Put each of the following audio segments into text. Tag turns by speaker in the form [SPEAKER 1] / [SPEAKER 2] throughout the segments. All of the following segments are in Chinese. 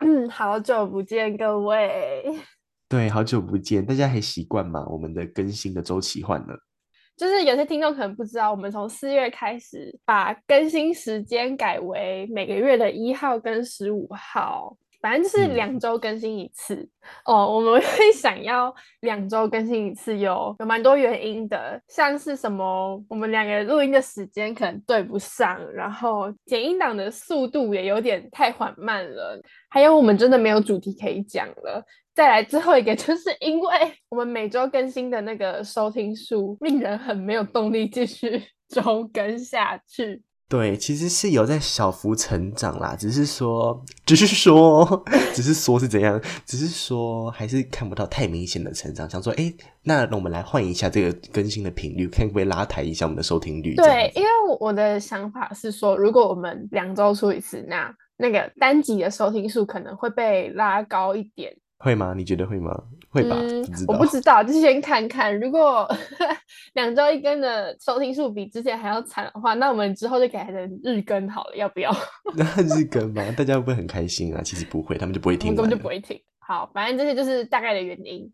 [SPEAKER 1] 嗯，好久不见各位，
[SPEAKER 2] 对，好久不见，大家还习惯吗？我们的更新的周期换了，
[SPEAKER 1] 就是有些听众可能不知道，我们从四月开始把更新时间改为每个月的一号跟十五号，反正就是
[SPEAKER 2] 嗯
[SPEAKER 1] 两周更新一次。哦，我们 会想要两周更新一次有，有蛮多原因的，像是什么我们两个录音的时间可能对不上，然后剪音档的速度也有点太缓慢了，还有我们真的没有主题可以讲了。再来最后一个，就是因为我们每周更新的那个收听数，令人很没有动力继续 周更下去。
[SPEAKER 2] 对，其实是有在小幅成长啦，只是说， 只是说， 只是说是怎样，只是说还是看不到太明显的成长，想说，哎，那我们来换一下这个更新的频率，看会不会拉抬一下我们的收听率？这样
[SPEAKER 1] 对，
[SPEAKER 2] 子
[SPEAKER 1] 因为我的想法是说，如果我们两周出一次，那那个单集的收听数可能会被拉高一点。
[SPEAKER 2] 会吗？你觉得会吗？会吧？
[SPEAKER 1] 嗯
[SPEAKER 2] 不知，
[SPEAKER 1] 我
[SPEAKER 2] 道
[SPEAKER 1] 不，知道，就是先看看。如果 两周一更的收听数比之前还要惨的话，那我们之后就改成日更好了，要不要？
[SPEAKER 2] 那日更吗？大家会不会很开心啊？其实不会，他们就不
[SPEAKER 1] 我
[SPEAKER 2] 会
[SPEAKER 1] 们
[SPEAKER 2] 听
[SPEAKER 1] 根本
[SPEAKER 2] 完了
[SPEAKER 1] 就不会听。好，反正这些就是大概的原因。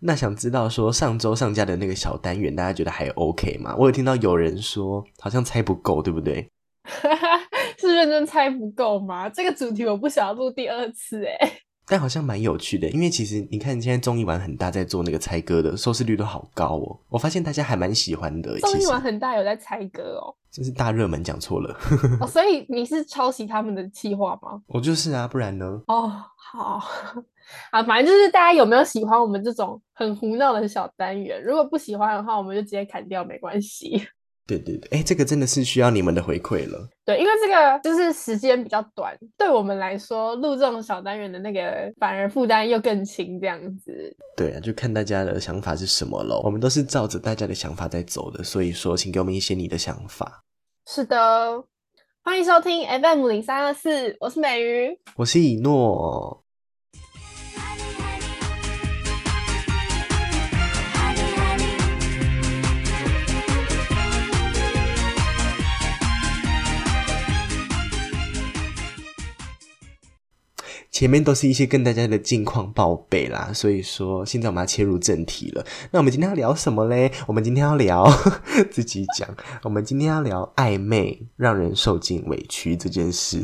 [SPEAKER 2] 那想知道说上周上架的那个小单元，大家觉得还 OK 吗？我有听到有人说好像猜不够，对不对？
[SPEAKER 1] 是认真猜不够吗？这个主题我不想要录第二次哎、
[SPEAKER 2] 但好像蛮有趣的，因为其实你看现在综艺玩很大，在做那个猜歌的收视率都好高哦，我发现大家还蛮喜欢的。
[SPEAKER 1] 综
[SPEAKER 2] 其
[SPEAKER 1] 艺
[SPEAKER 2] 实
[SPEAKER 1] 玩很大有在猜歌 哦，
[SPEAKER 2] 真是大热门，讲错了，
[SPEAKER 1] 哦，所以你是抄袭他们的计划吗？
[SPEAKER 2] 我就是啊，不然呢？
[SPEAKER 1] 哦，好 啊，反正就是大家有没有喜欢我们这种很胡闹的小单元？如果不喜欢的话，我们就直接砍掉，没关系。
[SPEAKER 2] 对对对，哎，这个真的是需要你们的回馈了。
[SPEAKER 1] 对，因为这个就是时间比较短，对我们来说录这种小单元的那个反而负担又更轻，这样子。
[SPEAKER 2] 对啊，就看大家的想法是什么喽。我们都是照着大家的想法在走的，所以说，请给我们一些你的想法。
[SPEAKER 1] 是的，欢迎收听 FM 零三二四，我是美鱼，
[SPEAKER 2] 我是以诺。前面都是一些跟大家的近况报备啦，所以说现在我们要切入正题了。那我们今天要聊什么嘞？我们今天要聊 自己讲，我们今天要聊暧昧让人受尽委屈这件事。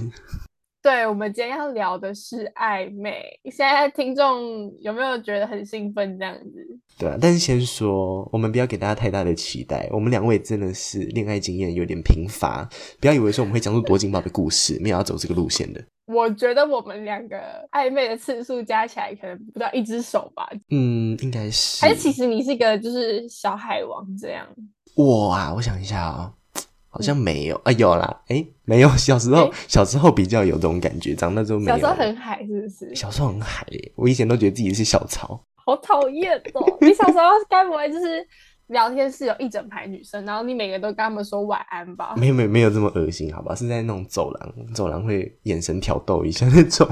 [SPEAKER 1] 对，我们今天要聊的是暧昧。现在听众有没有觉得很兴奋？这样子，
[SPEAKER 2] 对啊，但是先说，我们不要给大家太大的期待。我们两位真的是恋爱经验有点贫乏，不要以为说我们会讲出多劲爆的故事，没有要走这个路线的。
[SPEAKER 1] 我觉得我们两个暧昧的次数加起来可能不到一只手吧。
[SPEAKER 2] 嗯，应该是。
[SPEAKER 1] 还是其实你是个就是小海王这样？
[SPEAKER 2] 我啊，我想一下哦，好像没有啊，有啦，诶，没有。小时候
[SPEAKER 1] 诶，
[SPEAKER 2] 小时候比较有这种感觉，长大之后没
[SPEAKER 1] 小
[SPEAKER 2] 有了。
[SPEAKER 1] 时候很海是不是？
[SPEAKER 2] 小时候很海耶，我以前都觉得自己是小曹。
[SPEAKER 1] 好讨厌哦！你小时候该不会就是聊天室有一整排女生，然后你每个都跟他们说晚安吧？
[SPEAKER 2] 没有没有没有这么恶心，好吧？是在那种走廊，走廊会眼神挑逗一下那种。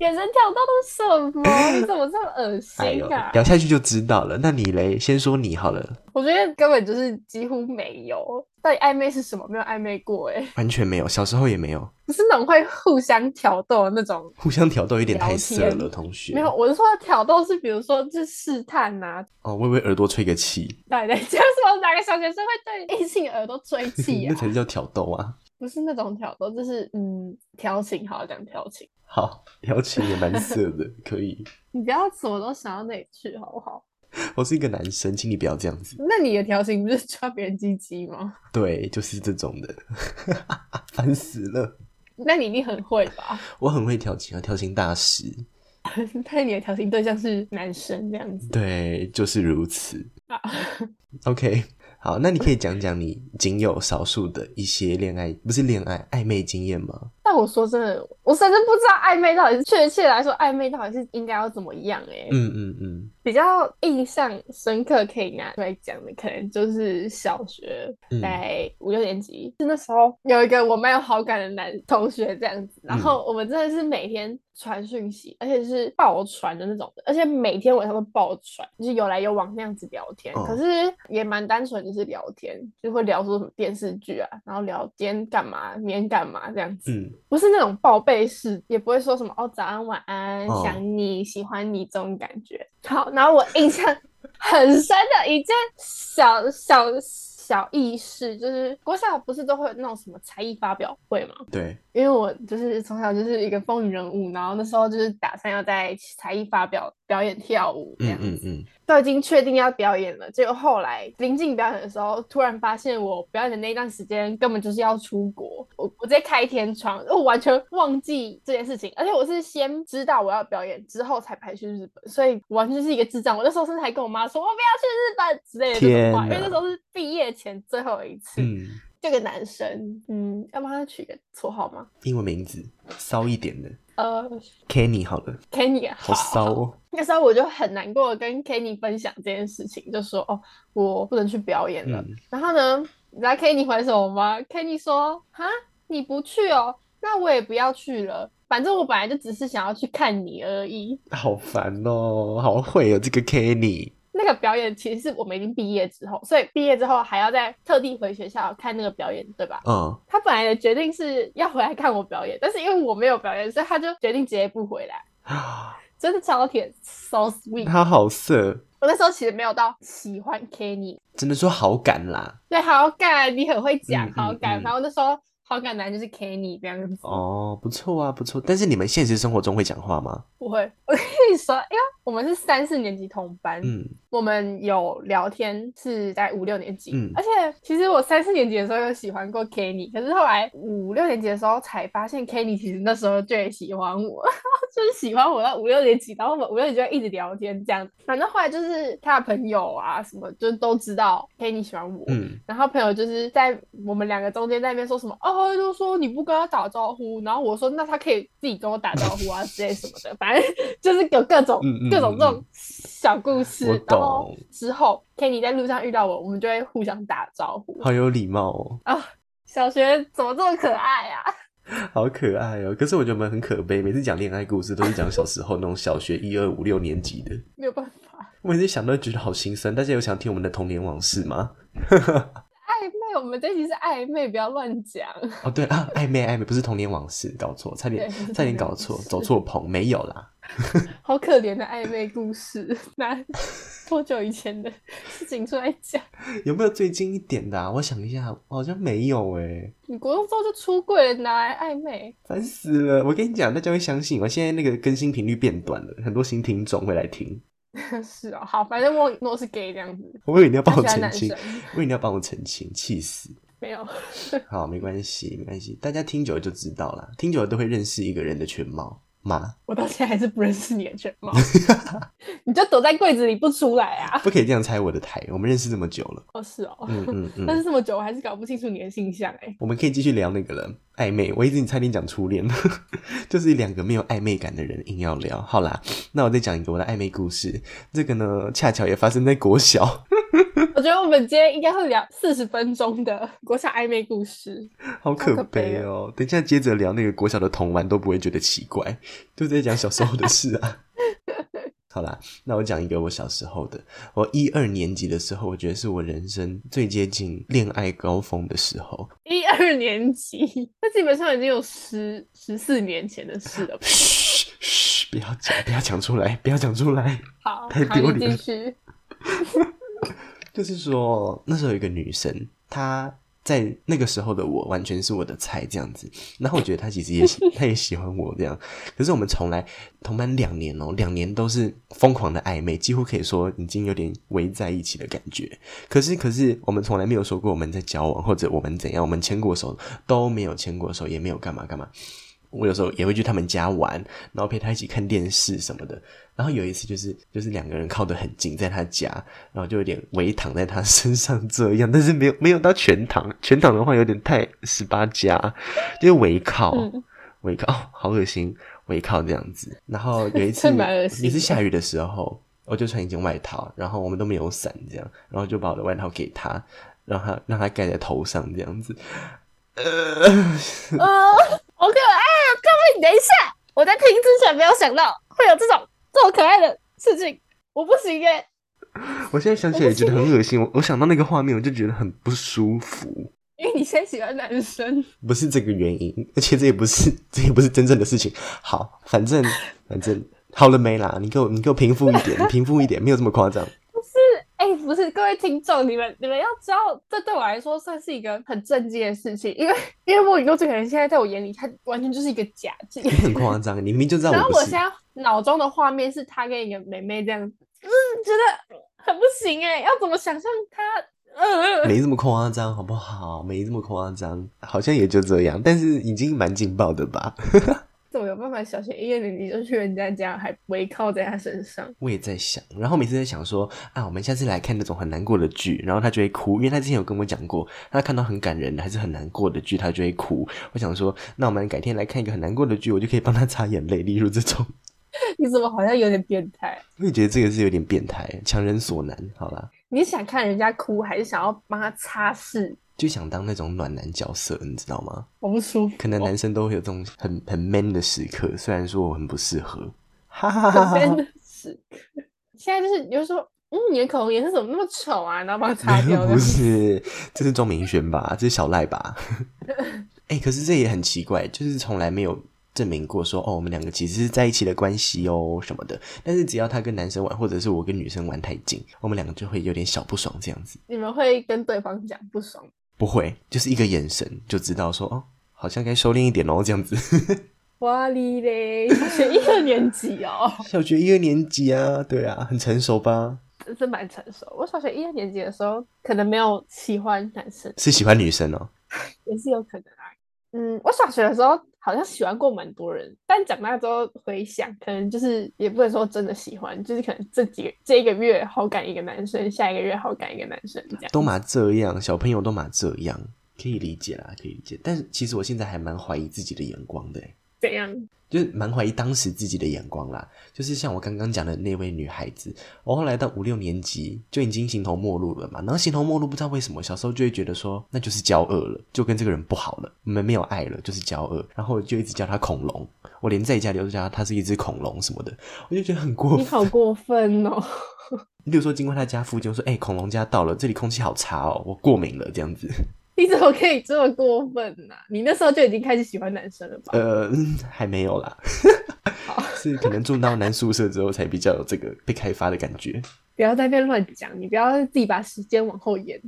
[SPEAKER 1] 眼神挑逗都什么？你怎么这么恶
[SPEAKER 2] 哎
[SPEAKER 1] 心
[SPEAKER 2] 呦
[SPEAKER 1] 啊，？
[SPEAKER 2] 聊下去就知道了。那你嘞，先说你好了，
[SPEAKER 1] 我觉得根本就是几乎没有。到底暧昧是什么？没有暧昧过哎、
[SPEAKER 2] 完全没有，小时候也没有，
[SPEAKER 1] 不是那种会互相挑逗的那种。
[SPEAKER 2] 互相挑逗有点太色
[SPEAKER 1] 聊
[SPEAKER 2] 了，
[SPEAKER 1] 天
[SPEAKER 2] 同学。
[SPEAKER 1] 没有，我是说挑逗是，比如说就是试探呐、啊，
[SPEAKER 2] 哦，微微耳朵吹个气，
[SPEAKER 1] 对对， 就是我们哪个小学生会对异性耳朵吹气
[SPEAKER 2] 那
[SPEAKER 1] 啊？
[SPEAKER 2] 才叫挑逗啊。
[SPEAKER 1] 不是那种挑逗，就是嗯调情，好讲调情。
[SPEAKER 2] 好，调情也蛮色的，可以。
[SPEAKER 1] 你不要什么都想到那里去，好不好？
[SPEAKER 2] 我是一个男生，请你不要这样子。
[SPEAKER 1] 那你的调情不是抓别人鸡鸡吗？
[SPEAKER 2] 对，就是这种的， 烦死了。
[SPEAKER 1] 那你一定很会吧？
[SPEAKER 2] 我很会调情啊，调情大师。
[SPEAKER 1] 但你的调情对象是男生这样子
[SPEAKER 2] 对，就是如此。
[SPEAKER 1] 啊？
[SPEAKER 2] OK，好，那你可以讲讲你仅有少数的一些恋爱，不是恋爱暧昧经验吗？
[SPEAKER 1] 但我说真的，我甚至不知道暧昧到底是确切来说，暧昧到底是应该要怎么样哎、
[SPEAKER 2] 嗯嗯嗯
[SPEAKER 1] 比较印象深刻可以拿出来讲的，可能就是小学
[SPEAKER 2] 嗯
[SPEAKER 1] 在五六年级，是那时候有一个我蛮有好感的男同学这样子，然
[SPEAKER 2] 嗯
[SPEAKER 1] 后我们真的是每天传讯息，而且是爆传的那种的，而且每天晚上都爆传，就是有来有往那样子聊天，
[SPEAKER 2] 哦
[SPEAKER 1] 可是也蛮单纯，就是聊天，就会聊说什么电视剧啊，然后聊今天干嘛，明天干嘛这样子。
[SPEAKER 2] 嗯，
[SPEAKER 1] 不是那种报备式，也不会说什么哦早安晚安、
[SPEAKER 2] 哦
[SPEAKER 1] 想你喜欢你这种感觉。好，然后我印象很深的一件小小小意事，就是国小不是都会有那种什么才艺发表会吗？
[SPEAKER 2] 对，
[SPEAKER 1] 因为我就是从小就是一个风云人物，然后那时候就是打算要在才艺发表表演跳舞这
[SPEAKER 2] 嗯
[SPEAKER 1] 样子。
[SPEAKER 2] 嗯嗯，
[SPEAKER 1] 都已经确定要表演了，结果后来临近表演的时候，突然发现我表演的那段时间根本就是要出国，我我直接开天窗，我完全忘记这件事情，而且我是先知道我要表演之后才排去日本，所以我完全是一个智障。我那时候甚至还跟我妈说我不要去日本之类的这
[SPEAKER 2] 天
[SPEAKER 1] 种话，因
[SPEAKER 2] 哪
[SPEAKER 1] 为那时候是毕业前最后一次。
[SPEAKER 2] 嗯，
[SPEAKER 1] 这个男生，嗯，要帮他取个绰号吗？
[SPEAKER 2] 英文名字骚一点的
[SPEAKER 1] 呃
[SPEAKER 2] Kenny 好了，
[SPEAKER 1] ，Kenny，啊
[SPEAKER 2] 好骚哦，
[SPEAKER 1] 那时候我就很难过，跟 Kenny 分享这件事情，就说哦，我不能去表演了。
[SPEAKER 2] 嗯
[SPEAKER 1] 然后呢，你知道 Kenny 回什么吗？Kenny 说：“哈，你不去哦，那我也不要去了。反正我本来就只是想要去看你而已。
[SPEAKER 2] 好烦哦，好会哦，这个 Kenny，
[SPEAKER 1] 那个表演其实是我们已经毕业之后，所以毕业之后还要再特地回学校看那个表演，对吧？
[SPEAKER 2] 嗯，
[SPEAKER 1] 他本来的决定是要回来看我表演，但是因为我没有表演，所以他就决定直接不回来。真的超甜，so sweet。
[SPEAKER 2] 他好色，
[SPEAKER 1] 我那时候其实没有到喜欢 Kenny，
[SPEAKER 2] 只能说好感啦，
[SPEAKER 1] 对，好感，你很会讲
[SPEAKER 2] 嗯嗯
[SPEAKER 1] 好感。
[SPEAKER 2] 嗯
[SPEAKER 1] 然后那时候好感男就是 Kenny 这样子，
[SPEAKER 2] 哦，不错啊，不错，但是你们现实生活中会讲话吗？
[SPEAKER 1] 不会。 我跟你说，因为我们是三四年级同班，
[SPEAKER 2] 嗯，
[SPEAKER 1] 我们有聊天是在五六年级，
[SPEAKER 2] 嗯
[SPEAKER 1] 而且其实我三四年级的时候有喜欢过 Kenny，可是后来五六年级的时候才发现 Kenny 其实那时候就也喜欢我， 就是喜欢我到五六年级，然后我们五六年级就一直聊天这样。反正后来就是他的朋友啊什么，就都知道 Kenny 喜欢我，
[SPEAKER 2] 嗯，
[SPEAKER 1] 然后朋友就是在我们两个中间在那边说什么哦，就说你不跟他打招呼，然后我说那他可以自己跟我打招呼啊之类什么的，反正就是有各种
[SPEAKER 2] 嗯
[SPEAKER 1] 各
[SPEAKER 2] 嗯
[SPEAKER 1] 种
[SPEAKER 2] 嗯
[SPEAKER 1] 这种小故事。
[SPEAKER 2] 我
[SPEAKER 1] 然后
[SPEAKER 2] 懂
[SPEAKER 1] 之后 Kenny 在路上遇到我，我们就会互相打招呼。
[SPEAKER 2] 好有礼貌哦，
[SPEAKER 1] 小学怎么这么可爱啊？
[SPEAKER 2] 好可爱哦，可是我觉得我们很可悲，每次讲恋爱故事都是讲小时候那种小学一二五六年级的。
[SPEAKER 1] 没有办法，
[SPEAKER 2] 我每次想都觉得好心酸，大家有想听我们的童年往事吗？
[SPEAKER 1] 暧昧，我们这一集是暧昧，不要乱讲。
[SPEAKER 2] 哦，对啊，暧昧暧昧不是童年往事，搞错，差点
[SPEAKER 1] 对不是
[SPEAKER 2] 差
[SPEAKER 1] 童年
[SPEAKER 2] 点搞
[SPEAKER 1] 往
[SPEAKER 2] 错，
[SPEAKER 1] 事
[SPEAKER 2] 走错棚，没有啦。
[SPEAKER 1] 好可怜的暧昧故事，那多久以前的事情出来讲？
[SPEAKER 2] 有没有最近一点的、啊？我想一下，好像没有诶、
[SPEAKER 1] 你国中之后就出柜了，哪来暧昧？
[SPEAKER 2] 烦死了！我跟你讲，大家会相信我。现在那个更新频率变短了，很多新听众会来听。
[SPEAKER 1] 是哦，好，反正我诺是 gay 这样 子，
[SPEAKER 2] 我以为你要帮
[SPEAKER 1] 他
[SPEAKER 2] 我
[SPEAKER 1] 喜欢
[SPEAKER 2] 澄
[SPEAKER 1] 男
[SPEAKER 2] 清
[SPEAKER 1] 生，
[SPEAKER 2] 我以为你要帮我澄清，气死！
[SPEAKER 1] 没有。
[SPEAKER 2] 好，没关系，没关系，大家听久了就知道啦，听久了都会认识一个人的全貌嘛。
[SPEAKER 1] 我到现在还是不认识你的全貌， 你就躲在柜子里不出来啊？
[SPEAKER 2] 不可以这样拆我的台，我们认识这么久了。
[SPEAKER 1] 哦，是哦，
[SPEAKER 2] 嗯嗯嗯。
[SPEAKER 1] 但是这么久我还是搞不清楚你的形象哎、
[SPEAKER 2] 我们可以继续聊那个了，暧昧。我一直差点讲初恋， 就是两个没有暧昧感的人硬要聊。好啦，那我再讲一个我的暧昧故事。这个呢，恰巧也发生在国小，
[SPEAKER 1] 我觉得我们今天应该会聊四十分钟的国小暧昧故事，
[SPEAKER 2] 好可悲哦、等一下接着聊那个国小的童玩都不会觉得奇怪，就在讲小时候的事 啊。好啦，那我讲一个我小时候的。我一二年级的时候，我觉得是我人生最接近恋爱高峰的时候。
[SPEAKER 1] 一二年级，那基本上已经有十十四年前的事了吧。
[SPEAKER 2] 嘘嘘，不要讲，不要讲出来，不要讲出来。
[SPEAKER 1] 好，
[SPEAKER 2] 太
[SPEAKER 1] 好，
[SPEAKER 2] 丢
[SPEAKER 1] 你
[SPEAKER 2] 脸
[SPEAKER 1] 继
[SPEAKER 2] 了
[SPEAKER 1] 续。
[SPEAKER 2] 就是说，那时候有一个女生，她在那个时候的我，完全是我的菜这样子。然后我觉得她其实也喜，她也喜欢我这样。可是我们从来同班两年哦、两年都是疯狂的暧昧，几乎可以说已经有点围在一起的感觉。可是，可是我们从来没有说过我们在交往，或者我们怎样，我们牵过手都没有牵过手，也没有干嘛干嘛。我有时候也会去他们家玩，然后陪他一起看电视什么的。然后有一次就是就是两个人靠得很近，在他家，然后就有点围躺在他身上这样，但是没有没有到全躺，全躺的话有点太十八加，就是围靠，
[SPEAKER 1] 嗯
[SPEAKER 2] 围靠， 哦好恶心，围靠这样子。然后有一次
[SPEAKER 1] 这蛮恶心的
[SPEAKER 2] 也是下雨的时候，我就穿一件外套，然后我们都没有伞这样，然后就把我的外套给他，让他让他盖在头上这样子。呃，
[SPEAKER 1] 呃，好可爱啊！各位，你等一下，我在听之前没有想到会有这种这么可爱的事情，我不行欸耶。
[SPEAKER 2] 我现在想起来也觉得很恶心，我我想到那个画面，我就觉得很不舒服。
[SPEAKER 1] 因为你先喜欢男生，
[SPEAKER 2] 不是这个原因，而且这也不是 这也不是真正的事情。好，反正反正好了没啦？你给我你给我平复一 点，你平复一点，没有这么夸张。
[SPEAKER 1] 不是， 哎、不是，各位听众，你们你们要知道，这对我来说算是一个很震惊的事情，因为 因为莫雨诺这个人现在在我眼里，他完全就是一个假 借。
[SPEAKER 2] 你很夸张，你明明就知道
[SPEAKER 1] 然后
[SPEAKER 2] 我
[SPEAKER 1] 我
[SPEAKER 2] 不
[SPEAKER 1] 现
[SPEAKER 2] 是。
[SPEAKER 1] 在脑中的画面是他跟一个妹妹这样子，嗯，觉得很不行哎、要怎么想象他？ 嗯、
[SPEAKER 2] 没这么夸张，好不好？没这么夸张，好像也就这样，但是已经蛮劲爆的 吧？
[SPEAKER 1] 怎么有办法小学一二年级就去人家家，还围靠在他身上？
[SPEAKER 2] 我也在想，然后每次在想说啊，我们下次来看那种很难过的剧，然后他就会哭，因为他之前有跟我讲过，他看到很感人的还是很难过的剧，他就会哭。我想说，那我们改天来看一个很难过的剧，我就可以帮他擦眼泪，例如这 种。
[SPEAKER 1] 你怎么好像有点变态？
[SPEAKER 2] 我也觉得这个是有点变态，强人所难。好啦，
[SPEAKER 1] 你想看人家哭，还是想要帮他擦拭？
[SPEAKER 2] 就想当那种暖男角色，你知道吗？
[SPEAKER 1] 我不 舒服，
[SPEAKER 2] 可能男生都会有这种很很 man 的时刻，虽然说我很不适合。 哈哈哈哈
[SPEAKER 1] 真
[SPEAKER 2] 哈！
[SPEAKER 1] 的是。现在就是你就说，嗯，你的口红颜色怎么那么丑啊？然后帮他擦
[SPEAKER 2] 没有
[SPEAKER 1] 掉的
[SPEAKER 2] 不。是，这是钟明轩吧？这是小赖吧？ 哎、可是这也很奇怪，就是从来没有证明过说哦，我们两个其实是在一起的关系哦什么的。但是只要他跟男生玩，或者是我跟女生玩太近，我们两个就会有点小不爽这样子。
[SPEAKER 1] 你们会跟对方讲不爽吗？
[SPEAKER 2] 不会，就是一个眼神就知道说哦，好像该收敛一点哦这样子。
[SPEAKER 1] 哇哩嘞，小学一二年级哦，
[SPEAKER 2] 小学一二年级啊，对啊，很成熟吧？
[SPEAKER 1] 真是蛮成熟。我小学一二年级的时候，可能没有喜欢男生，
[SPEAKER 2] 是喜欢女生哦。
[SPEAKER 1] 也是有可能啊。嗯，我小学的时候好像喜欢过蛮多人，但长大之后回想，可能就是也不能说真的喜欢，就是可能这几个这一个月好感一个男生，下一个月好感一个男生这样。
[SPEAKER 2] 都嘛这样，小朋友都嘛这样，可以理解啦，可以理解。但是其实我现在还蛮怀疑自己的眼光的欸，
[SPEAKER 1] 怎样？
[SPEAKER 2] 就是蛮怀疑当时自己的眼光啦。就是像我刚刚讲的那位女孩子，我后来到五六年级就已经形同陌路了嘛。然后形同陌路，不知道为什么，小时候就会觉得说那就是骄恶了，就跟这个人不好了，我们没有爱了，就是骄恶。然后我就一直叫他恐龙，我连在家里都叫他他是一只恐龙什么的，我就觉得很过
[SPEAKER 1] 你
[SPEAKER 2] 分。
[SPEAKER 1] 好过分哦！
[SPEAKER 2] 例如说经过他家附近，我说哎、恐龙家到了，这里空气好差哦，我过敏了这样子。
[SPEAKER 1] 你怎么可以这么过分呢、你那时候就已经开始喜欢男生了吧？
[SPEAKER 2] 呃，嗯还没有啦， 是可能住到男宿舍之后才比较有这个被开发的感觉。
[SPEAKER 1] 不要在那边乱讲，你不要自己把时间往后延。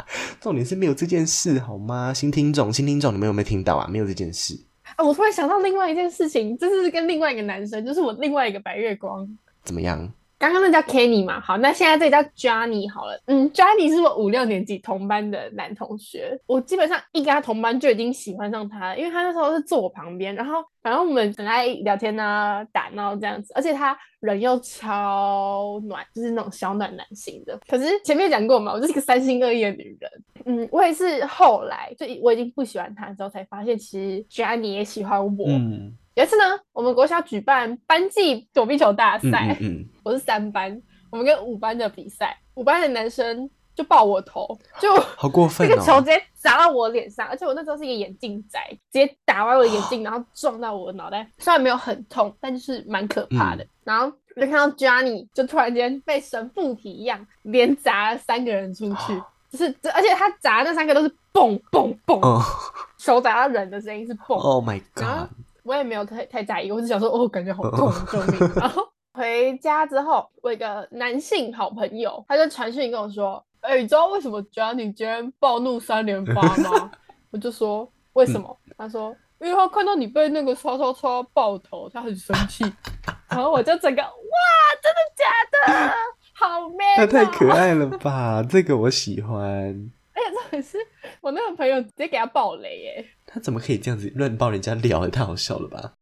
[SPEAKER 2] 重点是没有这件事好吗？新听众，新听众，你们有没有听到啊？没有这件事，
[SPEAKER 1] 啊，我突然想到另外一件事情，这是跟另外一个男生，就是我另外一个白月光。
[SPEAKER 2] 怎么样？
[SPEAKER 1] 刚刚那叫 Kenny 嘛，好，那现在这叫 Johnny 好了。嗯，Johnny 是我五六年级同班的男同学，我基本上一跟他同班就已经喜欢上他了，因为他那时候是坐我旁边，然后反正我们很爱聊天啊、打闹这样子，而且他人又超暖，就是那种小暖男型的。可是前面讲过嘛，我就是一个三心二意的女人。嗯，我也是后来就我已经不喜欢他之后，才发现其实 Johnny 也喜欢我。
[SPEAKER 2] 嗯
[SPEAKER 1] 有一次呢，我们国小举办班级躲避球大
[SPEAKER 2] 嗯
[SPEAKER 1] 赛。
[SPEAKER 2] 嗯嗯，
[SPEAKER 1] 我是三班，我们跟五班的比赛，五班的男生就抱我头，就
[SPEAKER 2] 好过
[SPEAKER 1] 那
[SPEAKER 2] 分
[SPEAKER 1] 个球
[SPEAKER 2] 哦！
[SPEAKER 1] 直接砸到我脸上，而且我那时候是一个眼镜仔，直接打歪我的眼 镜，然后撞到我的脑袋，虽然没有很痛，但就是蛮可怕
[SPEAKER 2] 嗯
[SPEAKER 1] 的。然后就看到 Johnny 就突然间被神附体一样，连砸了三个人出
[SPEAKER 2] 哦
[SPEAKER 1] 去，就是这而且他砸的那三个都是蹦蹦蹦，
[SPEAKER 2] 哦
[SPEAKER 1] 手砸到人的声音是蹦。
[SPEAKER 2] ，Oh my
[SPEAKER 1] 然后
[SPEAKER 2] god！
[SPEAKER 1] 我也没有太太在意，我只想说哦，感觉
[SPEAKER 2] 嗯
[SPEAKER 1] 好痛，救 命！然后回家之后，我一个男性好朋友，他就传讯跟我说：“哎、你知道为什么 Johnny 今天暴怒三连发 吗？”我就说：“为什么？”他说：“因为他看到你被那个叉叉叉爆头，他很生 气。”然后我就整个哇，真的假的？好 man！、
[SPEAKER 2] 那
[SPEAKER 1] 哦、
[SPEAKER 2] 太可爱了吧！这个我喜欢。
[SPEAKER 1] 而且这也是我那个朋友直接给他爆雷耶、
[SPEAKER 2] 他怎么可以这样子乱爆人家料？也太好笑了吧！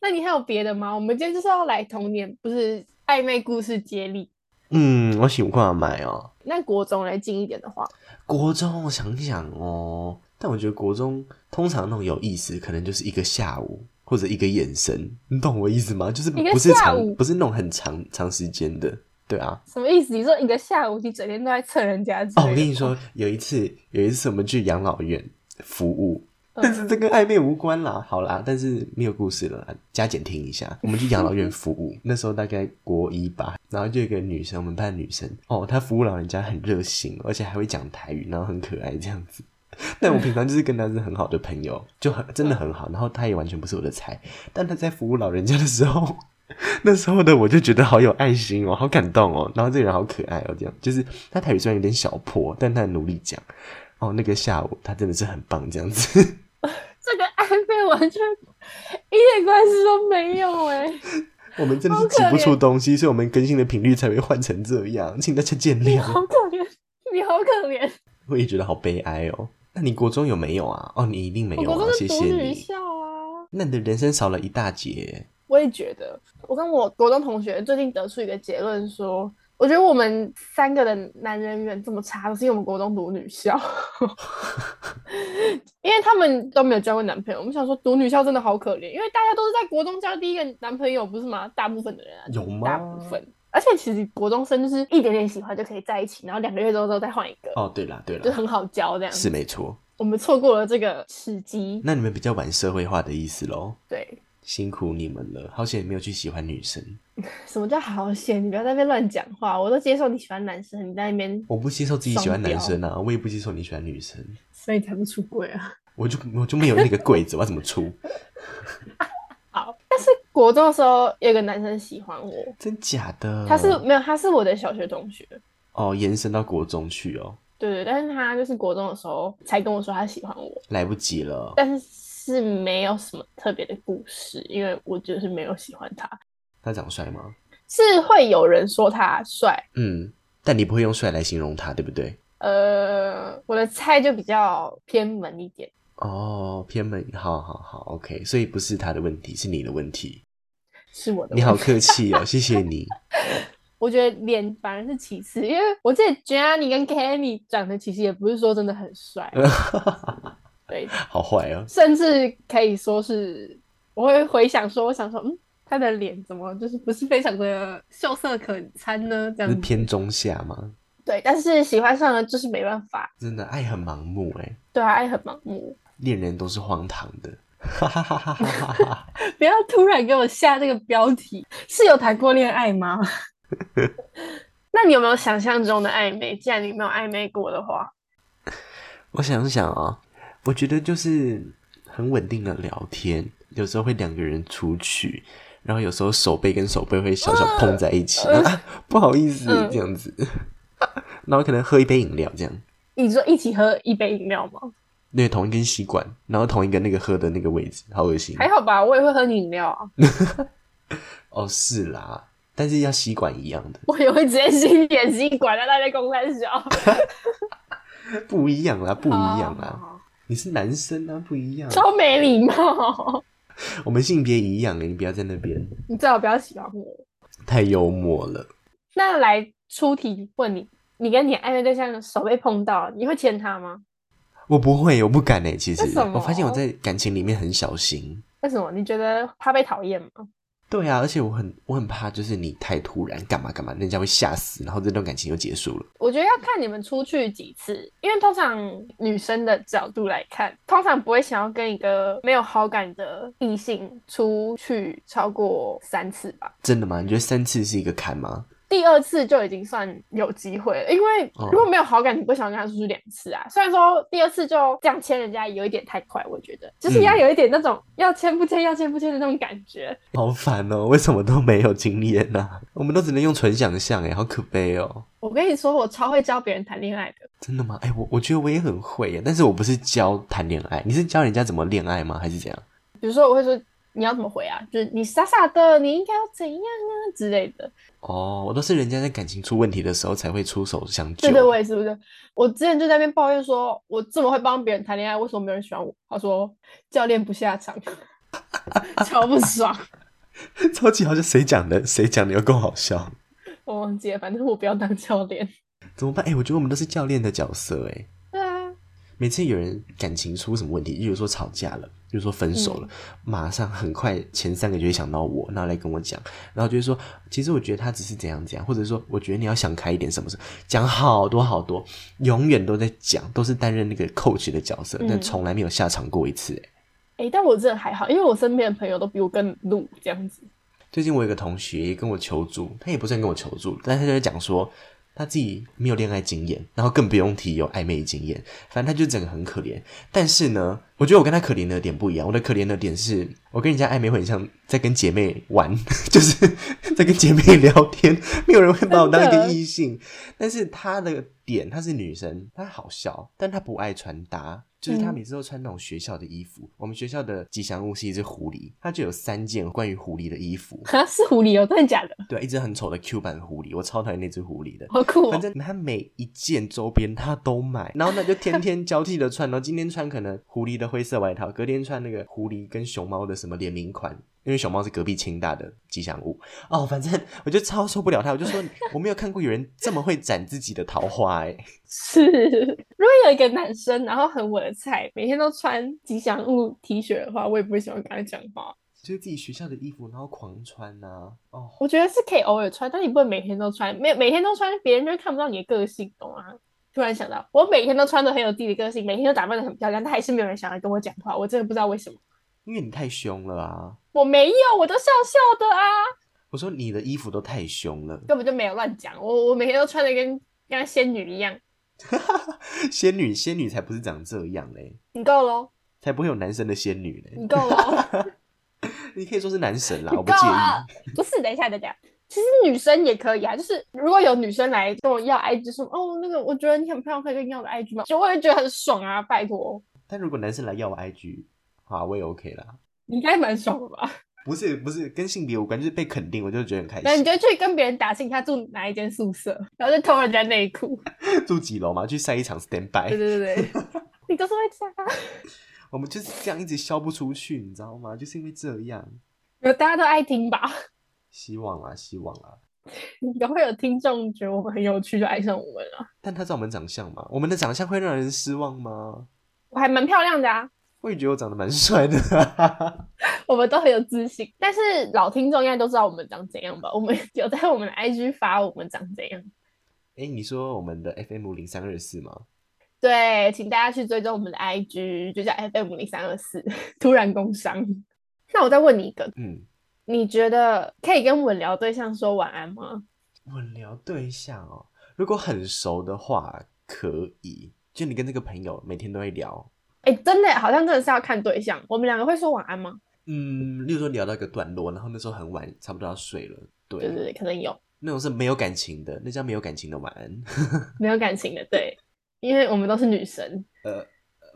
[SPEAKER 1] 那你还有别的吗？我们今天就是要来童年，不是暧昧故事接力。
[SPEAKER 2] 嗯，我喜欢买哦。
[SPEAKER 1] 那国中来近一点的话，
[SPEAKER 2] 国中，我想想哦，但我觉得国中通常那种有意思，可能就是一个下午或者一个眼神，你懂我意思吗？就是
[SPEAKER 1] 一个
[SPEAKER 2] 不是
[SPEAKER 1] 下午
[SPEAKER 2] 长，不是那种很长长时间的，对啊。
[SPEAKER 1] 什么意思？你说一个下午你整天都在蹭人家之类
[SPEAKER 2] 哦，
[SPEAKER 1] 的
[SPEAKER 2] 我跟你，说，有一次，有一次我们去养老院服务，
[SPEAKER 1] 嗯
[SPEAKER 2] 但是这跟暧昧无关啦，好啦，但是没有故事了啦，加减听一下。我们去养老院服务，那时候大概国一吧，然后就有一个女生，我们班的女生，哦，她服务老人家很热心，而且还会讲台语，然后很可爱这样子。 但我平常就是跟她是很好的朋友，就很真的很好，然后她也完全不是我的菜，但她在服务老人家的时候。 那时候的我就觉得好有爱心哦，好感动哦，然后这个人好可爱哦，这样就是他台语虽然有点小破，但他很努力讲。哦，那个下午他真的是很棒，这样子。
[SPEAKER 1] 这个暧昧完全一点关系都没有哎、
[SPEAKER 2] 我们真的是挤不出东西，所以我们更新的频率才会换成这样，请大家见
[SPEAKER 1] 你
[SPEAKER 2] 谅。
[SPEAKER 1] 好可怜，你好可怜。
[SPEAKER 2] 我也觉得好悲哀哦。那你国中有没有啊？哦，你一定没
[SPEAKER 1] 我
[SPEAKER 2] 有
[SPEAKER 1] 国
[SPEAKER 2] 啊
[SPEAKER 1] 中，
[SPEAKER 2] 谢
[SPEAKER 1] 是独
[SPEAKER 2] 谢
[SPEAKER 1] 女
[SPEAKER 2] 你。
[SPEAKER 1] 校啊，
[SPEAKER 2] 那你的人生少了一大截。
[SPEAKER 1] 我也觉得。我跟我国中同学最近得出一个结论说。我觉得我们三个的男人缘这么差，都是因为我们国中读女校， 因为他们都没有交过男朋友。我们想说读女校真的好可怜，因为大家都是在国中交第一个男朋友，不是吗？大部分的人啊，
[SPEAKER 2] 有吗
[SPEAKER 1] 大部分。而且其实国中生就是一点点喜欢就可以在一起，然后两个月之后之后再换一个，
[SPEAKER 2] 哦，对啦，对
[SPEAKER 1] 就
[SPEAKER 2] 啦，
[SPEAKER 1] 很好交这样。
[SPEAKER 2] 是没错。
[SPEAKER 1] 我们错过了这个时机，
[SPEAKER 2] 那你们比较晚社会化的意思喽，
[SPEAKER 1] 对。
[SPEAKER 2] 辛苦你们了。好险没有去喜欢女生，
[SPEAKER 1] 什么叫好险？你不要在那边乱讲话，我都接受你喜欢男生，你在那边，
[SPEAKER 2] 我不接受自己喜欢男
[SPEAKER 1] 双
[SPEAKER 2] 生啊，我也不接受你喜欢女生，
[SPEAKER 1] 所以才不出轨啊。
[SPEAKER 2] 我就我就没有那个柜子，我要 怎么出？
[SPEAKER 1] 好，但是国中的时候有一个男生喜欢我，
[SPEAKER 2] 真假的？
[SPEAKER 1] 他是没有，他是我的小学同学，
[SPEAKER 2] 哦，延伸到国中去哦，
[SPEAKER 1] 对对，但是他就是国中的时候才跟我说他喜欢我，
[SPEAKER 2] 来不及了。
[SPEAKER 1] 但是是没有什么特别的故事，因为我就是没有喜欢他，
[SPEAKER 2] 他长帅吗？
[SPEAKER 1] 是会有人说他帅，
[SPEAKER 2] 嗯，但你不会用帅来形容他，对不对？
[SPEAKER 1] 呃，我的菜就比较偏门一点。
[SPEAKER 2] 哦，偏门，好好好，OK，所以不是他的问题，是你的问题。
[SPEAKER 1] 是我的
[SPEAKER 2] 你
[SPEAKER 1] 问
[SPEAKER 2] 好
[SPEAKER 1] 题
[SPEAKER 2] 客气哦，谢谢你。
[SPEAKER 1] 我觉得脸反而是其次，因为我记得 Jenny 跟 Kenny 长得其实也不是说真的很帅，
[SPEAKER 2] 呃
[SPEAKER 1] 对，
[SPEAKER 2] 好坏哦，
[SPEAKER 1] 甚至可以说是我会回想说，我想说，嗯，他的脸怎么就是不是非常的秀色可餐呢？这样
[SPEAKER 2] 是
[SPEAKER 1] 子
[SPEAKER 2] 偏中下吗？
[SPEAKER 1] 对，但是喜欢上了就是没办法，
[SPEAKER 2] 真的爱很盲目哎，
[SPEAKER 1] 对啊，爱很盲目，
[SPEAKER 2] 恋人都是荒唐的。哈哈哈哈哈哈！
[SPEAKER 1] 不要突然给我下这个标题，是有谈过恋爱 吗？那你有没有想象中的暧昧？既然你没有暧昧过的话，
[SPEAKER 2] 我想想啊、我觉得就是很稳定的聊天，有时候会两个人出去，然后有时候手背跟手背会小小碰在一起，
[SPEAKER 1] 嗯
[SPEAKER 2] 啊、不好意思、
[SPEAKER 1] 嗯
[SPEAKER 2] 这样子， 然后可能喝一杯饮料这样，
[SPEAKER 1] 你说一起喝一杯饮料吗？
[SPEAKER 2] 对，同一根吸管，然后同一个那个喝的那个位置，好恶心。
[SPEAKER 1] 还好吧，我也会喝你饮料啊。
[SPEAKER 2] 哦，是啦，但是要吸管一样的，
[SPEAKER 1] 我也会直接吸眼睛管在那边公开笑，
[SPEAKER 2] 不一样啦，
[SPEAKER 1] 不
[SPEAKER 2] 不一样啊啦。你是男生啊，不一样。
[SPEAKER 1] 超没礼貌。
[SPEAKER 2] 我们性别一样，你不要在那边
[SPEAKER 1] 你最好不要喜欢我。
[SPEAKER 2] 太幽默了。
[SPEAKER 1] 那来出题问你，你跟你暧昧对象手被碰到，你会牵他吗？
[SPEAKER 2] 我不会，我不敢哎、其实
[SPEAKER 1] 为什么
[SPEAKER 2] 我发现我在感情里面很小心。
[SPEAKER 1] 为什么？你觉得怕被讨厌吗？
[SPEAKER 2] 对啊，而且我很我很怕，就是你太突然干嘛干嘛，人家会吓死，然后这段感情就结束了。
[SPEAKER 1] 我觉得要看你们出去几次，因为通常女生的角度来看，通常不会想要跟一个没有好感的异性出去超过三次吧。
[SPEAKER 2] 真的吗？你觉得三次是一个坎吗？
[SPEAKER 1] 第二次就已经算有机会了，因为
[SPEAKER 2] 哦
[SPEAKER 1] 如果没有好感，你不想跟他出去两次啊。虽然说第二次就这样牵人家有一点太快，我觉得就是要有一点那种要牵不牵、要牵不牵的那种感觉。
[SPEAKER 2] 好烦哦，为什么都没有经验呢、我们都只能用纯想象哎，好可悲哦。
[SPEAKER 1] 我跟你说，我超会教别人谈恋爱的，
[SPEAKER 2] 真的吗？哎、我我觉得我也很会耶，但是我不是教谈恋爱，你是教人家怎么恋爱吗？还是怎样？
[SPEAKER 1] 比如说我会说你要怎么回啊，就是你傻傻的，你应该要怎样啊之类的。
[SPEAKER 2] 哦，我都是人家在感情出问题的时候才会出手相救。
[SPEAKER 1] 对对，我也是，我就我之前就在那边抱怨说，我这么会帮别人谈恋爱，为什么没有人喜欢我？他说教练不下场， 超不爽。
[SPEAKER 2] 超级好笑，谁讲的？谁讲的又够好笑？
[SPEAKER 1] 我忘记了，反正我不要当教练。
[SPEAKER 2] 怎么办？哎、我觉得我们都是教练的角色哎。
[SPEAKER 1] 对啊，
[SPEAKER 2] 每次有人感情出什么问题，例如说吵架了，比如说分手了，马上很快前三个就会想到我，然后来跟我讲，然后就会说，其实我觉得他只是怎样怎样，或者说我觉得你要想开一点，什么什么，讲好多好多，永远都在讲，都是担任那个 coach 的角色，但
[SPEAKER 1] 嗯
[SPEAKER 2] 从来没有下场过一次。欸
[SPEAKER 1] 哎、但我真的还好，因为我身边的朋友都比我更鲁这样子。
[SPEAKER 2] 最近我有一个同学也跟我求助，他也不是很跟我求助，但他就在讲说他自己没有恋爱经验，然后更不用提有暧昧经验，反正他就整个很可怜。但是呢，我觉得我跟他可怜的点不一样，我的可怜的点是我跟人家暧昧会很像在跟姐妹玩， 就是在跟姐妹聊天，没有人会把我当一
[SPEAKER 1] 真
[SPEAKER 2] 个
[SPEAKER 1] 的
[SPEAKER 2] 异性。但是她的点，她是女生，她好笑，但她不爱穿搭。就是她
[SPEAKER 1] 嗯
[SPEAKER 2] 每次都穿那种学校的衣服。我们学校的吉祥物是一只狐狸，它就有三件关于狐狸的衣服。
[SPEAKER 1] 哈，是狐狸哦，真的假的？
[SPEAKER 2] 对，一只很丑的 Q 版狐狸，我超讨厌那只狐狸的。
[SPEAKER 1] 好酷哦！
[SPEAKER 2] 反正他每一件周边他都买，然后那就天天交替的穿，然后今天穿可能狐狸的灰色外套，隔天穿那个狐狸跟熊猫的什么联名款，因为熊猫是隔壁清大的吉祥物哦。反正 我就超受不了他，我就说我没有看过有人这么会展自己的桃花哎、
[SPEAKER 1] 是，如果有一个男生，然后很我的菜，每天都穿吉祥物 T 恤的话，我也不会喜欢跟他讲话。
[SPEAKER 2] 就是自己学校的衣服，然后狂穿呐、哦。
[SPEAKER 1] 我觉得是可以偶尔穿，但你不能每天都穿，每每天都穿，别人就会看不到你的个性，懂吗？突然想到，我每天都穿的很有自己的个性，每天都打扮的很漂亮，但还是没有人想要跟我讲话，我真的不知道为什么。
[SPEAKER 2] 因为你太凶了啊！
[SPEAKER 1] 我没有，我都笑笑的啊，
[SPEAKER 2] 我说你的衣服都太凶了，
[SPEAKER 1] 根本就没有乱讲。我我每天都穿的跟跟仙女一样，
[SPEAKER 2] 仙女仙女才不是长这样嘞，
[SPEAKER 1] 你够喽，
[SPEAKER 2] 才不会有男生的仙女嘞。
[SPEAKER 1] 你够喽。
[SPEAKER 2] 你可以说是男神啦，
[SPEAKER 1] 嗯你
[SPEAKER 2] 我不
[SPEAKER 1] 够
[SPEAKER 2] 介
[SPEAKER 1] 了
[SPEAKER 2] 意。，
[SPEAKER 1] 不是，等一下，等一下。其实女生也可以啊，就是如果有女生来跟我要 IG 说，哦，那个我觉得你很漂亮，可以跟你要我的 IG 吗？就我也觉得很爽啊，拜托，
[SPEAKER 2] 但如果男生来要我 IG，啊，我也 OK 啦。
[SPEAKER 1] 你应该蛮爽的吧？
[SPEAKER 2] 不是不是跟性别无关，就是被肯定，我就觉得很开
[SPEAKER 1] 那你
[SPEAKER 2] 心。
[SPEAKER 1] 就去跟别人打听他住哪一间宿舍，然后就偷人家内裤。
[SPEAKER 2] 住几楼嘛，去晒一场 stand
[SPEAKER 1] 对
[SPEAKER 2] by，
[SPEAKER 1] 对对对，你都是会这样啊，
[SPEAKER 2] 我们就是这样一直消不出去，你知道吗？就是因为这样，
[SPEAKER 1] 有大家都爱听吧？
[SPEAKER 2] 希望啦，希望啦。
[SPEAKER 1] 也会有听众觉得我们很有趣，就爱上我们啊了。
[SPEAKER 2] 但他知道我们长相吗？我们的长相会让人失望吗？
[SPEAKER 1] 我还蛮漂亮的啊，
[SPEAKER 2] 我也觉得我长得蛮帅的，
[SPEAKER 1] 我们都很有自信。但是老听众应该都知道我们长怎样吧？我们有在我们的 IG 发我们长怎样。
[SPEAKER 2] 哎、你说我们的 FM 零三二四吗？
[SPEAKER 1] 对，请大家去追踪我们的 IG，就叫 FM 零三二四。 突然工伤。那我再问你一个，
[SPEAKER 2] 嗯，
[SPEAKER 1] 你觉得可以跟稳聊对象说晚安吗？
[SPEAKER 2] 稳聊对象哦，如果很熟的话可以，就你跟这个朋友每天都会聊，
[SPEAKER 1] 哎，真的，好像真的是要看对象。我们两个会说晚安吗？
[SPEAKER 2] 嗯，例如说聊到一个段落，然后那时候很晚，差不多要睡了，对，
[SPEAKER 1] 对对对，可能有
[SPEAKER 2] 那种是没有感情的，那叫没有感情的晚 安。
[SPEAKER 1] 没有感情的，对，因为我们都是女生。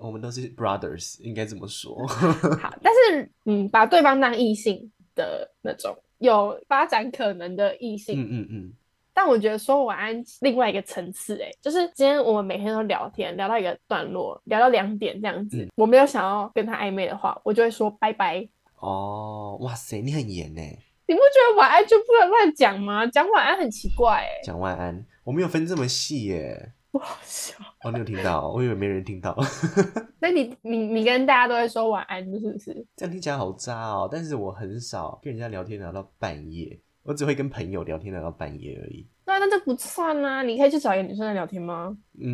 [SPEAKER 2] 我们都是 brothers，应该这么说。
[SPEAKER 1] 好，但是嗯，把对方当异性的那种有发展可能的异性，
[SPEAKER 2] 嗯嗯嗯，
[SPEAKER 1] 但我觉得说晚安另外一个层次、欸，就是今天我们每天都聊天，聊到一个段落，聊到两点这样子，
[SPEAKER 2] 嗯
[SPEAKER 1] 我没有想要跟他暧昧的话，我就会说拜拜。
[SPEAKER 2] 哦，哇塞，你很严呢，
[SPEAKER 1] 你不觉得晚安就不能乱讲吗？讲晚安很奇怪、欸，
[SPEAKER 2] 讲晚安，我没有分这么细耶。
[SPEAKER 1] 我好笑。
[SPEAKER 2] 哦，你有听到？我以为没人听到，
[SPEAKER 1] 那你你你跟大家都会说晚安，是不是？
[SPEAKER 2] 这样听起来好渣哦。但是我很少跟人家聊天聊到半夜，我只会跟朋友聊天聊到半夜而已。
[SPEAKER 1] 那那就不算啦、你可以去找一个女生来聊天吗？
[SPEAKER 2] 嗯，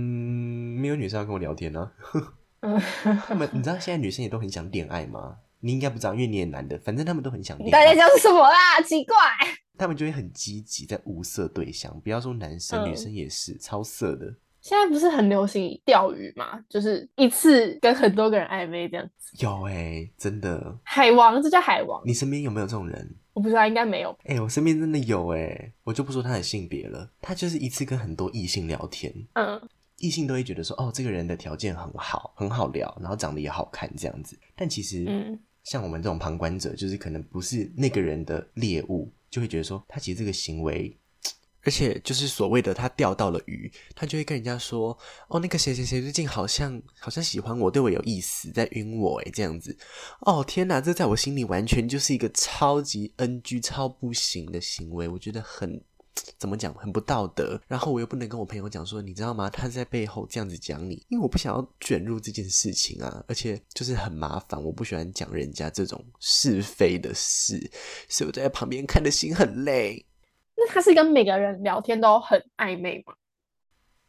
[SPEAKER 2] 没有女生要跟我聊天呢、
[SPEAKER 1] 嗯，
[SPEAKER 2] 他们，你知道现在女生也都很想恋爱吗？你应该不知道，因为你也男的，反正他们都很想恋
[SPEAKER 1] 大家
[SPEAKER 2] 爱，
[SPEAKER 1] 讲什么啦？奇怪。
[SPEAKER 2] 他们就会很积极在物色对象。不要说男生，
[SPEAKER 1] 嗯
[SPEAKER 2] 女生也是超色的。
[SPEAKER 1] 现在不是很流行钓鱼嘛，就是一次跟很多个人暧昧这样子。
[SPEAKER 2] 有哎、真的，
[SPEAKER 1] 海王，这叫海王，
[SPEAKER 2] 你身边有没有这种人？
[SPEAKER 1] 我不知道，应该没有吧
[SPEAKER 2] 哎、我身边真的有哎、我就不说他的性别了，他就是一次跟很多异性聊天，
[SPEAKER 1] 嗯，
[SPEAKER 2] 异性都会觉得说，哦，这个人的条件很好，很好聊，然后长得也好看这样子。但其实，
[SPEAKER 1] 嗯
[SPEAKER 2] 像我们这种旁观者，就是可能不是那个人的猎物，就会觉得说他其实这个行为，而且就是所谓的他钓到了鱼，他就会跟人家说，哦，那个谁谁谁最近好像好像喜欢我，对我有意思，在晕我诶，这样子。哦天哪，这在我心里完全就是一个超级 NG、超不行的行为，我觉得很怎么讲很不道德，然后我又不能跟我朋友讲说，你知道吗？他在背后这样子讲你，因为我不想要卷入这件事情啊，而且就是很麻烦，我不喜欢讲人家这种是非的事，所以我在旁边看的心很累。
[SPEAKER 1] 那他是跟每个人聊天都很暧昧吗？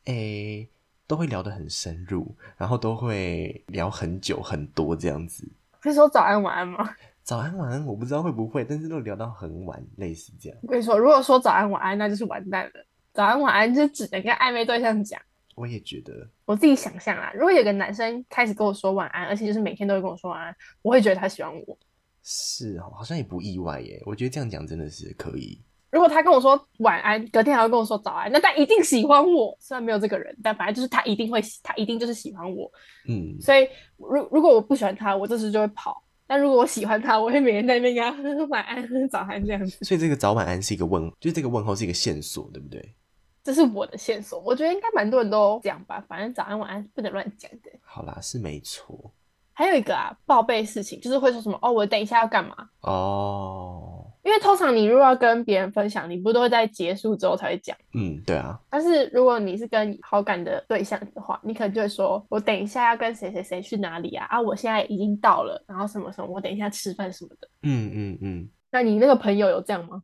[SPEAKER 2] 诶，都会聊得很深入，然后都会聊很久很多这样子。
[SPEAKER 1] 会说早安晚安吗？
[SPEAKER 2] 早安晚安，我不知道会不会，但是都聊到很晚，类似这样。
[SPEAKER 1] 我跟你说，如果说早安晚安，那就是完蛋了。早安晚安就只能跟暧昧对象讲。
[SPEAKER 2] 我也觉得，
[SPEAKER 1] 我自己想象啊，如果有个男生开始跟我说晚安，而且就是每天都会跟我说晚安，我会觉得他喜欢我。
[SPEAKER 2] 是哦，好像也不意外耶。我觉得这样讲真的是可以。
[SPEAKER 1] 如果他跟我说晚安，隔天还会跟我说早安，那他一定喜欢我。虽然没有这个人，但反正就是他一定会喜，他一定就是喜欢我。
[SPEAKER 2] 嗯，
[SPEAKER 1] 所以如如果我不喜欢他，我这时就会跑；但如果我喜欢他，我会每天在那边跟他呵呵晚安、呵呵早安这样子。
[SPEAKER 2] 所以这个早晚安是一个问，就是这个问候是一个线索，对不对？
[SPEAKER 1] 这是我的线索，我觉得应该蛮多人都这样吧。反正早安晚安不能乱讲的。
[SPEAKER 2] 好啦，是没错
[SPEAKER 1] 还有一个啊，报备事情，就是会说什么哦，我等一下要干嘛？
[SPEAKER 2] 哦。
[SPEAKER 1] 因为通常你如果要跟别人分享，你不都会在结束之后才会讲。
[SPEAKER 2] 嗯，对啊，
[SPEAKER 1] 但是如果你是跟好感的对象的话，你可能就会说，我等一下要跟谁谁谁去哪里啊？啊，我现在已经到了，然后什么什么，我等一下吃饭什么的。
[SPEAKER 2] 嗯嗯嗯，
[SPEAKER 1] 那你那个朋友有这样吗？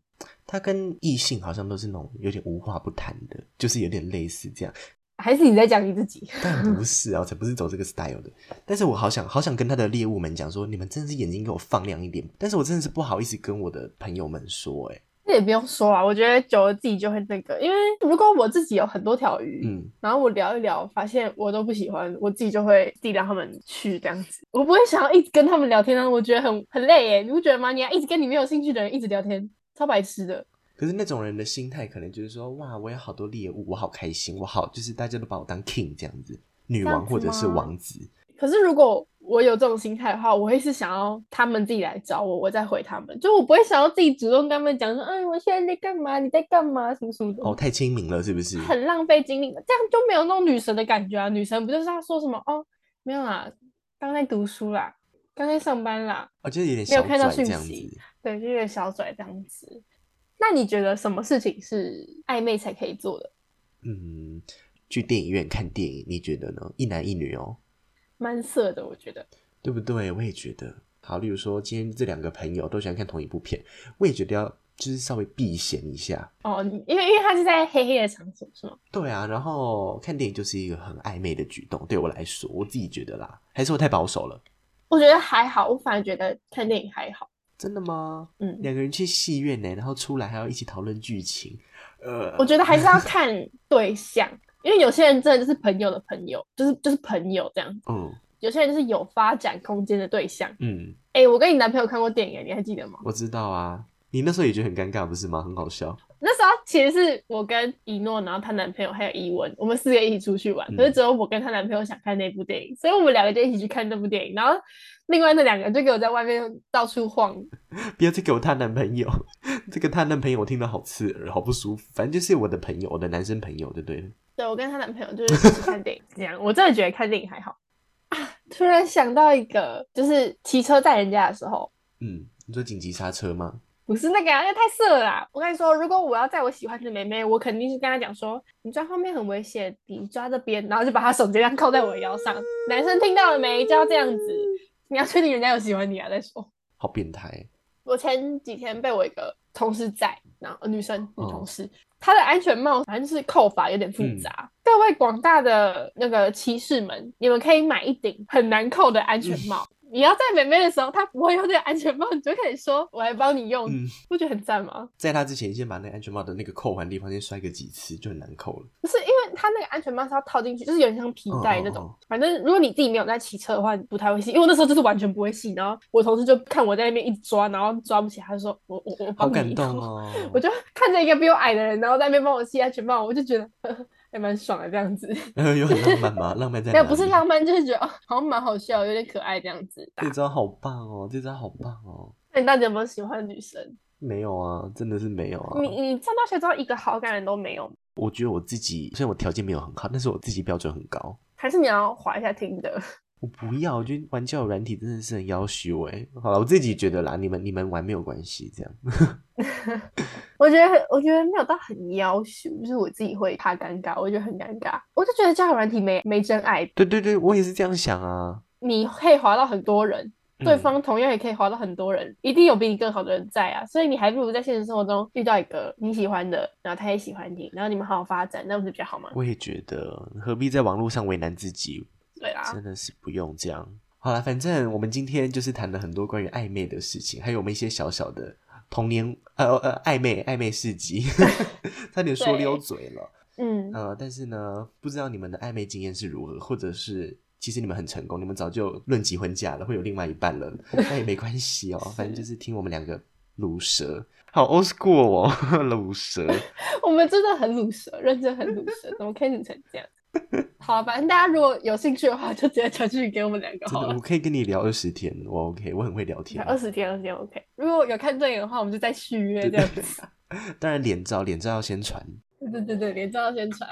[SPEAKER 2] 他跟异性好像都是那种有点无话不谈的，就是有点类似这样，
[SPEAKER 1] 还是你在讲你自己？
[SPEAKER 2] 但 不是啊，我才不是走这个 style 的。但是我好想好想跟他的猎物们讲说，你们真的是眼睛给我放亮一点。但是我真的是不好意思跟我的朋友们说、欸，哎，
[SPEAKER 1] 那也不用说啊，我觉得久了自己就会那个，因为如果我自己有很多条鱼，
[SPEAKER 2] 嗯，
[SPEAKER 1] 然后我聊一聊，发现我都不喜欢，我自己就会自己让他们去这样子，我不会想要一直跟他们聊天啊，我觉得很很累耶，你不觉得吗？你要一直跟你没有兴趣的人一直聊天，超白痴的。
[SPEAKER 2] 可是那种人的心态可能就是说，哇，我有好多猎物，我好开心，我好就是大家都把我当 king 这样子，女
[SPEAKER 1] 这样
[SPEAKER 2] 王
[SPEAKER 1] 子
[SPEAKER 2] 或者是
[SPEAKER 1] 吗
[SPEAKER 2] 王子。
[SPEAKER 1] 可是如果我有这种心态的话，我会是想要他们自己来找我，我再回他们，就我不会想要自己主动跟他们讲说，哎，我现在在干嘛？你在干嘛？什么什么的。
[SPEAKER 2] 哦，太亲民了，是不是？
[SPEAKER 1] 很浪费精力，这样就没有那种女神的感觉啊！女神不就是要说什么哦，没有啦，刚在读书啦，刚在上班啦，
[SPEAKER 2] 哦，就是有点
[SPEAKER 1] 没有
[SPEAKER 2] 小
[SPEAKER 1] 看到
[SPEAKER 2] 拽这
[SPEAKER 1] 讯
[SPEAKER 2] 样
[SPEAKER 1] 息
[SPEAKER 2] 子。
[SPEAKER 1] 对，就有点小拽这样子。那你觉得什么事情是暧昧才可以做的？
[SPEAKER 2] 嗯，去电影院看电影，你觉得呢？一男一女哦，
[SPEAKER 1] 蛮色的，我觉得。
[SPEAKER 2] 对不对？我也觉得。好，例如说今天这两个朋友都喜欢看同一部片，我也觉得要就是稍微避嫌一下。
[SPEAKER 1] 哦，你因为因为他是在黑黑的场所，是吗？
[SPEAKER 2] 对啊，然后看电影就是一个很暧昧的举动，对我来说，我自己觉得啦，还是我太保守了。
[SPEAKER 1] 我觉得还好，我反而觉得看电影还好。
[SPEAKER 2] 真的吗？
[SPEAKER 1] 嗯，
[SPEAKER 2] 两个人去戏院呢，然后出来还要一起讨论剧情，呃，
[SPEAKER 1] 我觉得还是要看对象，因为有些人真的就是朋友的朋友，就是就是朋友这样。
[SPEAKER 2] 嗯
[SPEAKER 1] 有些人就是有发展空间的对象。
[SPEAKER 2] 嗯，
[SPEAKER 1] 哎、我跟你男朋友看过电影，你还记得吗？
[SPEAKER 2] 我知道啊，你那时候也觉得很尴尬，不是吗？很好笑，
[SPEAKER 1] 那时候其实是我跟一诺，然后她男朋友还有伊文，我们四个一起出去玩，
[SPEAKER 2] 嗯
[SPEAKER 1] 可是只有我跟她男朋友想看那部电影，所以我们两个就一起去看那部电影，然后另外那两个人就给我在外面到处晃。
[SPEAKER 2] 不要再给我她男朋友， 这个她男朋友我听到好刺耳，好不舒服，反正就是我的朋友，我的男生朋友，对不对了？
[SPEAKER 1] 对我跟她男朋友就是一起看电影， 这样我真的觉得看电影还好啊。突然想到一个，就是骑车载人家的时候，
[SPEAKER 2] 嗯，你说紧急刹车吗？
[SPEAKER 1] 不是那个啊，那太色了啦！我跟你说，如果我要载我喜欢的妹妹，我肯定是跟她讲说，你抓后面很危险，你抓这边，然后就把她手直接这样扣在我的腰上。男生听到了没？就要这样子。你要确定人家有喜欢你啊再说。
[SPEAKER 2] 好变态，
[SPEAKER 1] 我前几天被我一个同事载，然后呃女生女同事，她的安全帽反正就是扣法有点复杂。各位广大的那个骑士们，你们可以买一顶很难扣的安全帽。你要在妹妹的时候，她不会用这个安全帽，你就可以说我来帮你用，
[SPEAKER 2] 嗯，
[SPEAKER 1] 不觉得很赞吗？
[SPEAKER 2] 在他之前先把那个安全帽的那个扣环地方先摔个几次，就很难扣了。
[SPEAKER 1] 不是，因为它那个安全帽是要套进去，就是有点像皮带那种。
[SPEAKER 2] 嗯嗯嗯
[SPEAKER 1] 反正如果你自己没有在骑车的话，你不太会系。因为我那时候就是完全不会系，然后我同事就看我在那边一直抓，然后抓不起，他就说我我我
[SPEAKER 2] 好
[SPEAKER 1] 帮
[SPEAKER 2] 感
[SPEAKER 1] 你。
[SPEAKER 2] 动哦！
[SPEAKER 1] 我就看着一个比我矮的人，然后在那边帮我系安全帽，我就觉得呵呵还蛮爽的这样 子。
[SPEAKER 2] 呃，有很浪漫吗？浪漫在
[SPEAKER 1] 没
[SPEAKER 2] 哪
[SPEAKER 1] 有，
[SPEAKER 2] 里？
[SPEAKER 1] 不是浪啊漫，就是觉得哦，好像蛮好笑，有点可爱这样子。
[SPEAKER 2] 这招好棒哦，这招好棒哦。
[SPEAKER 1] 那你到底有没有喜欢的女生？
[SPEAKER 2] 没有啊，真的是没有啊。
[SPEAKER 1] 你你上大学之后一个好感人都没有吗，
[SPEAKER 2] 我觉得我自己虽然我条件没有很好，但是我自己标准很高。
[SPEAKER 1] 还是你要滑一下听的？
[SPEAKER 2] 我不要，我觉得玩交友软体真的是很要虚伪。好了，我自己觉得啦，你们你们玩没有关系，这样。
[SPEAKER 1] 我觉得很我觉得没有到很要求，就是我自己会怕尴尬，我觉得很尴尬。我就觉得交友软体没没真爱，
[SPEAKER 2] 对对对，我也是这样想啊。
[SPEAKER 1] 你可以滑到很多人，对
[SPEAKER 2] 嗯
[SPEAKER 1] 方同样也可以滑到很多人，一定有比你更好的人在啊。所以你还不如在现实生活中遇到一个你喜欢的，然后他也喜欢你，然后你们好好发展，那不是比较好吗？
[SPEAKER 2] 我也觉得，何必在网络上为难自己？
[SPEAKER 1] 对啊啦，
[SPEAKER 2] 真的是不用这样。好啦，反正我们今天就是谈了很多关于暧昧的事情，还有我们一些小小的童年呃呃暧昧暧昧事迹， 差点说溜嘴了。
[SPEAKER 1] 嗯，
[SPEAKER 2] 呃，但是呢，不知道你们的暧昧经验是如何，或者是其实你们很成功，你们早就论及婚嫁了，会有另外一半了，那也没关系哦，反正 就是听我们两个卤舌，好 old school 哦，卤舌。
[SPEAKER 1] 我们真的很卤舌，认真很卤舌，怎么可以卤成 这样？好，啊反正大家如果有兴趣的话，就直接传讯给我们两个
[SPEAKER 2] 真
[SPEAKER 1] 好
[SPEAKER 2] 的，
[SPEAKER 1] 了
[SPEAKER 2] 我。可以跟你聊二十天，我 OK，我很会聊天。
[SPEAKER 1] 二十天，二十天 OK。如果有看对眼的话，我们就再续约这样子。
[SPEAKER 2] 当然脸照，脸照要先传。
[SPEAKER 1] 对对对对，连照宣传。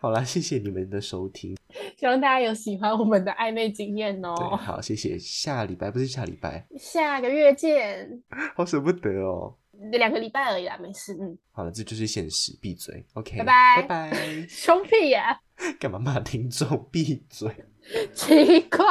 [SPEAKER 2] 好啦，谢谢你们的收听。
[SPEAKER 1] 希望大家有喜欢我们的暧昧经验
[SPEAKER 2] 对，
[SPEAKER 1] 哦。
[SPEAKER 2] 好，谢谢。下礼拜不是下礼拜，
[SPEAKER 1] 下个月见，
[SPEAKER 2] 好舍不得哦。
[SPEAKER 1] 两个礼拜而已啦，没事。嗯，
[SPEAKER 2] 好了，这就是现实，闭嘴。OK，
[SPEAKER 1] 拜拜
[SPEAKER 2] 拜拜。
[SPEAKER 1] 凶屁呀、
[SPEAKER 2] 干嘛骂听众？闭嘴。
[SPEAKER 1] 奇怪。